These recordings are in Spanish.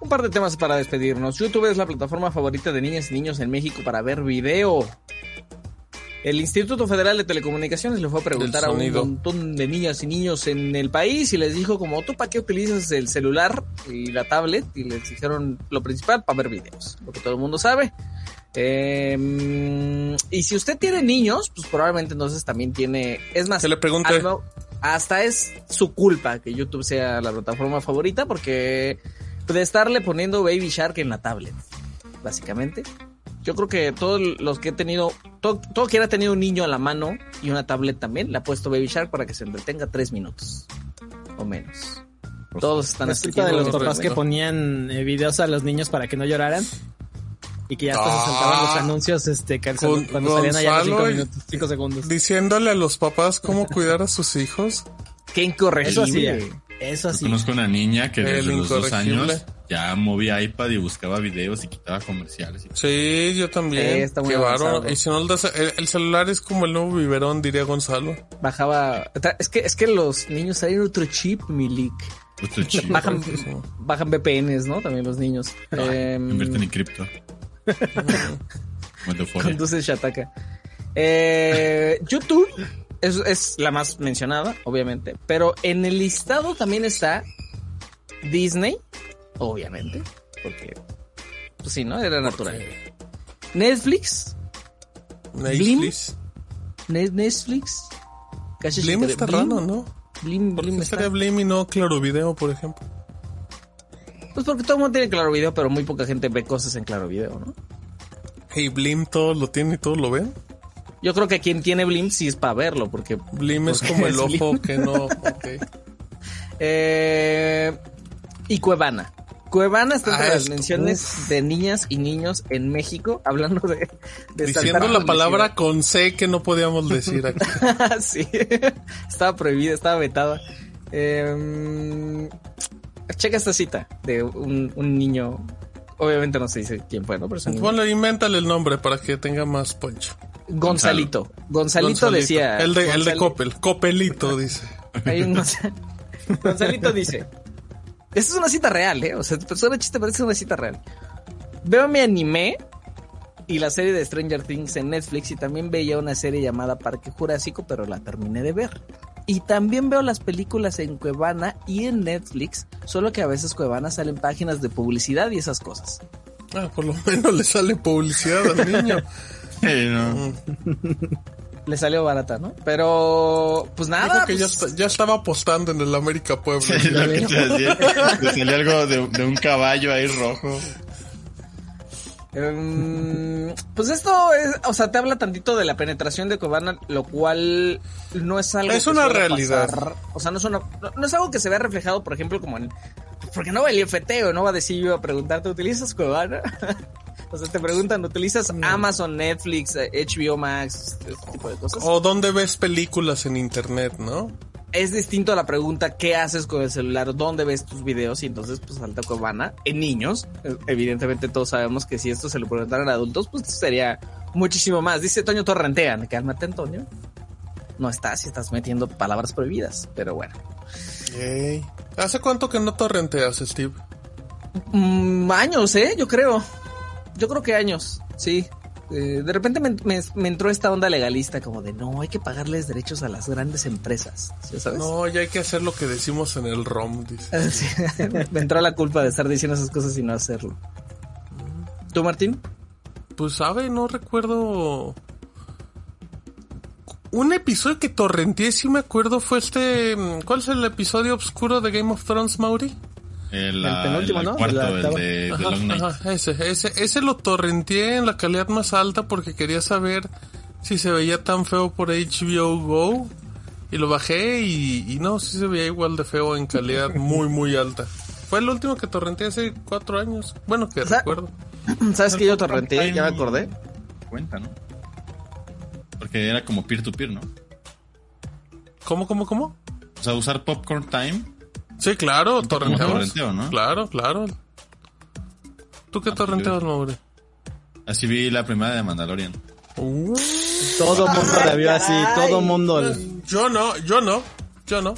Un par de temas para despedirnos. YouTube es la plataforma favorita de niñas y niños en México para ver video. El Instituto Federal de Telecomunicaciones le fue a preguntar a un montón de niñas y niños en el país y les dijo como, ¿tú para qué utilizas el celular y la tablet? Y les dijeron lo principal, para ver videos, lo que todo el mundo sabe. Eh, y si usted tiene niños, pues probablemente entonces también tiene... Es más, Que le pregunte. hazlo- hasta es su culpa que YouTube sea la plataforma favorita porque de estarle poniendo Baby Shark en la tablet, básicamente. Yo creo que todos los que he tenido, todo, todo quien ha tenido un niño a la mano y una tablet también, le ha puesto Baby Shark para que se entretenga tres minutos o menos. Pues, Todos están Es así. culpa de los no papás que entiendo. ponían eh, videos a los niños para que no lloraran y que ya hasta se saltaban los Ah. anuncios este, que al- Con- cuando salían allá los cinco Gonzalo eh, y- minutos, cinco segundos. Diciéndole a los papás cómo cuidar a sus hijos. Qué Eso sí, eh. incorregible. eso Yo sí. conozco una niña que El desde los dos incorregible. años ya movía iPad y buscaba videos y quitaba comerciales. y- Sí, yo también. Sí, Eh, está muy Qué varo. avanzado. Y si no, le das- el, el celular es como el nuevo biberón, diría Gonzalo. Bajaba. Es que, es que los niños traen otro chip, Milik. Otro chip. Bajan, Sí, sí. bajan VPNs, ¿no? También los niños. Em, Invierten en cripto. Como el de Euphoria. Conduce Shataka. Eh, YouTube es, es la más mencionada, obviamente. Pero en el listado también está Disney, obviamente. Porque, pues sí, ¿no? Era natural. Netflix. Netflix. Ne- Netflix. Casi Blim siempre- está Blim, raro, ¿no? Blim, ¿Por Blim qué está- estaría Blim y no Claro Video, por ejemplo? Pues porque todo el mundo tiene Claro Video, pero muy poca gente ve cosas en Claro Video, ¿no? Hey, Blim todo lo tiene y todo lo ven. Yo creo que quien tiene Blim sí es para verlo, porque Blim es ¿Por qué como el es Blim? ojo que no. ok. Eh, y Cuevana. Cuevana está entre Ah, las es- menciones de niñas y niños en México, hablando de... de Diciendo saltar la publicidad. palabra con C que no podíamos decir aquí. sí, estaba prohibida, estaba vetada. Eh, checa esta cita de un, un niño, obviamente no se dice quién fue, ¿no? Pero es un niño. Bueno, invéntale el nombre para que tenga más poncho. Gonzalito. Gonzalito. decía... El de, el de Gonzal- Coppel. Copelito, dice. Hay un Gonza- Gonzalito dice: Esta es una cita real, ¿eh? O sea, persona chiste, parece una cita real. Veo mi anime y la serie de Stranger Things en Netflix y también veía una serie llamada Parque Jurásico, pero la terminé de ver. Y también veo las películas en Cuevana y en Netflix, solo que a veces Cuevana salen páginas de publicidad y esas cosas. Ah, por lo menos le sale publicidad al niño. Eh, no. Le salió barata, ¿no? Pero, pues nada. Dijo que ya, pues, está- ya estaba apostando en el América Puebla. Es lo que te decía. Le salió algo de, de un caballo ahí rojo. Em, pues esto es, o sea, te habla tantito de la penetración de Cuevana, lo cual no es algo. Es que una suele realidad. pasar. O sea, no es, una- no- no es algo que se vea reflejado, por ejemplo, como en. Porque no va el IFT o no va a decir yo a preguntarte, ¿utilizas Cuevana? o sea, te preguntan, ¿utilizas Amazon, Netflix, eh, HBO Max, este tipo de cosas? O dónde ves películas en internet, ¿no? Es distinto a la pregunta, ¿qué haces con el celular? ¿Dónde ves tus videos? Y entonces, pues, salta Cuevana en niños. Eh, Evidentemente, todos sabemos que si esto se lo preguntaran a adultos, pues sería muchísimo más. Dice Toño Torrentean, cálmate, Antonio. No estás, si estás metiendo palabras prohibidas, pero bueno. Yay. ¿Hace cuánto que no torrenteas, Steve? Mm, años, ¿eh? Yo creo. Yo creo que años, sí. Eh, de repente me, me- me entró esta onda legalista, como de no, hay que pagarles derechos a las grandes empresas. ¿Ya sabes? No, ya hay que hacer lo que decimos en el ROM, dice. Sí, Me entró la culpa de estar diciendo esas cosas y no hacerlo. ¿Tú, Martín? Pues sabe, no recuerdo. Un episodio que torrenteé, sí me acuerdo, fue este. mm, ¿Cuál es el episodio oscuro de Game of Thrones, Mauri? El, El penúltimo, ¿no? cuarto, La el octava. de, de Ajá, Long Night. ajá, ese, ese, ese lo torrenteé en la calidad más alta porque quería saber si se veía tan feo por HBO Go. Y lo bajé y, y no, sí se veía igual de feo en calidad muy, muy alta. Fue el último que torrenté hace cuatro años. Bueno, que O sea- recuerdo. ¿Sabes que yo torrenteé? Ya me acordé. Cuenta, ¿no? Porque era como peer-to-peer, ¿no? ¿Cómo, cómo, cómo? O sea, usar Popcorn Time. Sí, claro, torrenteamos. torrenteo, ¿no? Ah, pues Claro, claro. ¿Tú qué torrenteas, Maure? Así vi la primera de Mandalorian. Uh, Todo mundo la vio así, caray. todo mundo. yo no, yo no, yo no.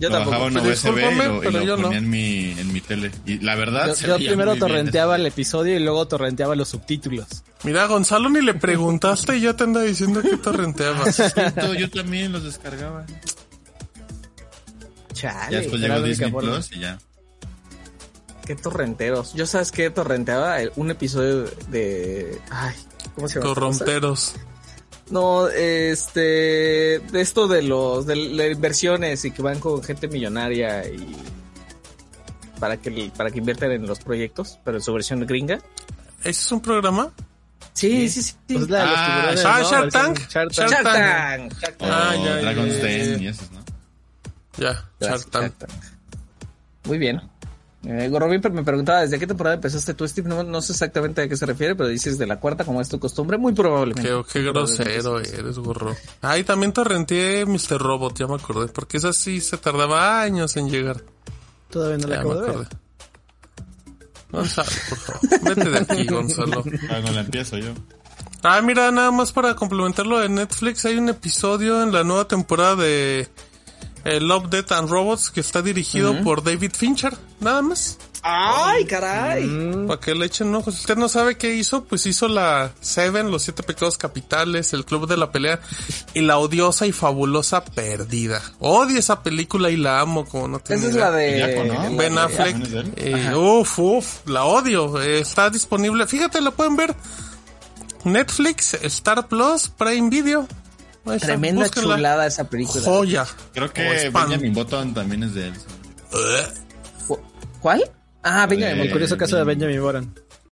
Yo lo tampoco. bajaba en una USB y Discúlpame, lo, y pero lo yo ponía no. en, mi, en mi tele. Y la verdad, Yo, se yo veía primero muy bien. torrenteaba el episodio y luego torrenteaba los subtítulos. Mira, Gonzalo ni le preguntaste y ya te anda diciendo que torrenteabas. Yo- Yo también los descargaba. Chale, ya era después llegó la única Disney forma. Plus y ya. Qué torrenteros. Yo sabes que torrenteaba El- un episodio de. Ay, ¿cómo se llama? Torronteros. No, este. De esto de los. De las inversiones y que van con gente millonaria y. Para que, para que inviertan en los proyectos, pero en su versión gringa. ¿Ese es un programa? Sí, sí, sí. Pues la de los Ah, tiburones, Shark- ¿no? Shark Versión Tank. Shark Tank. Shark- Shark Tank, Shark O Tank. Ah, ya, ya, Dragon's ya, ya, Den ya. y esos, ¿no? Ya, Shark Tank. Shark Tank. Muy bien. Eh, Gorrobín pero me preguntaba desde qué temporada empezaste tú, Steve. No, no sé exactamente a qué se refiere, pero dices de la cuarta, como es tu costumbre, muy probablemente. Qué, qué grosero eres, burro. Ay, también torrenteé Mr. Robot, ya me acordé, porque esa sí se tardaba años en llegar. Todavía no la Ya me acabo de acordé. ver. Gonzalo, por favor, vete de aquí, Gonzalo. Ah, no la empiezo yo. Ah, mira, nada más para complementarlo de Netflix, hay un episodio en la nueva temporada de eh, Love, Death and Robots que está dirigido por David Fincher, nada más. ¡Ay, caray! Para que le echen un ojo. Si usted no sabe qué hizo, pues hizo la Seven, Los Siete Pecados Capitales, El Club de la Pelea y la odiosa y fabulosa Perdida. Odio esa película y la amo como no tiene Esa es idea. la de. Jaco, ¿no? la de- Ben Affleck. ¿También es de él? eh, uf, uf, la odio. Eh, está disponible. Fíjate, la pueden ver. Netflix, Star Plus, Prime Video. Ahí está, Tremenda búsquenla. chulada esa película. Joya. Creo O que spam. Benjamin Button también es de él. ¿Cuál? Ah, venga, Eh, Eh, El curioso caso de Benjamin Boran.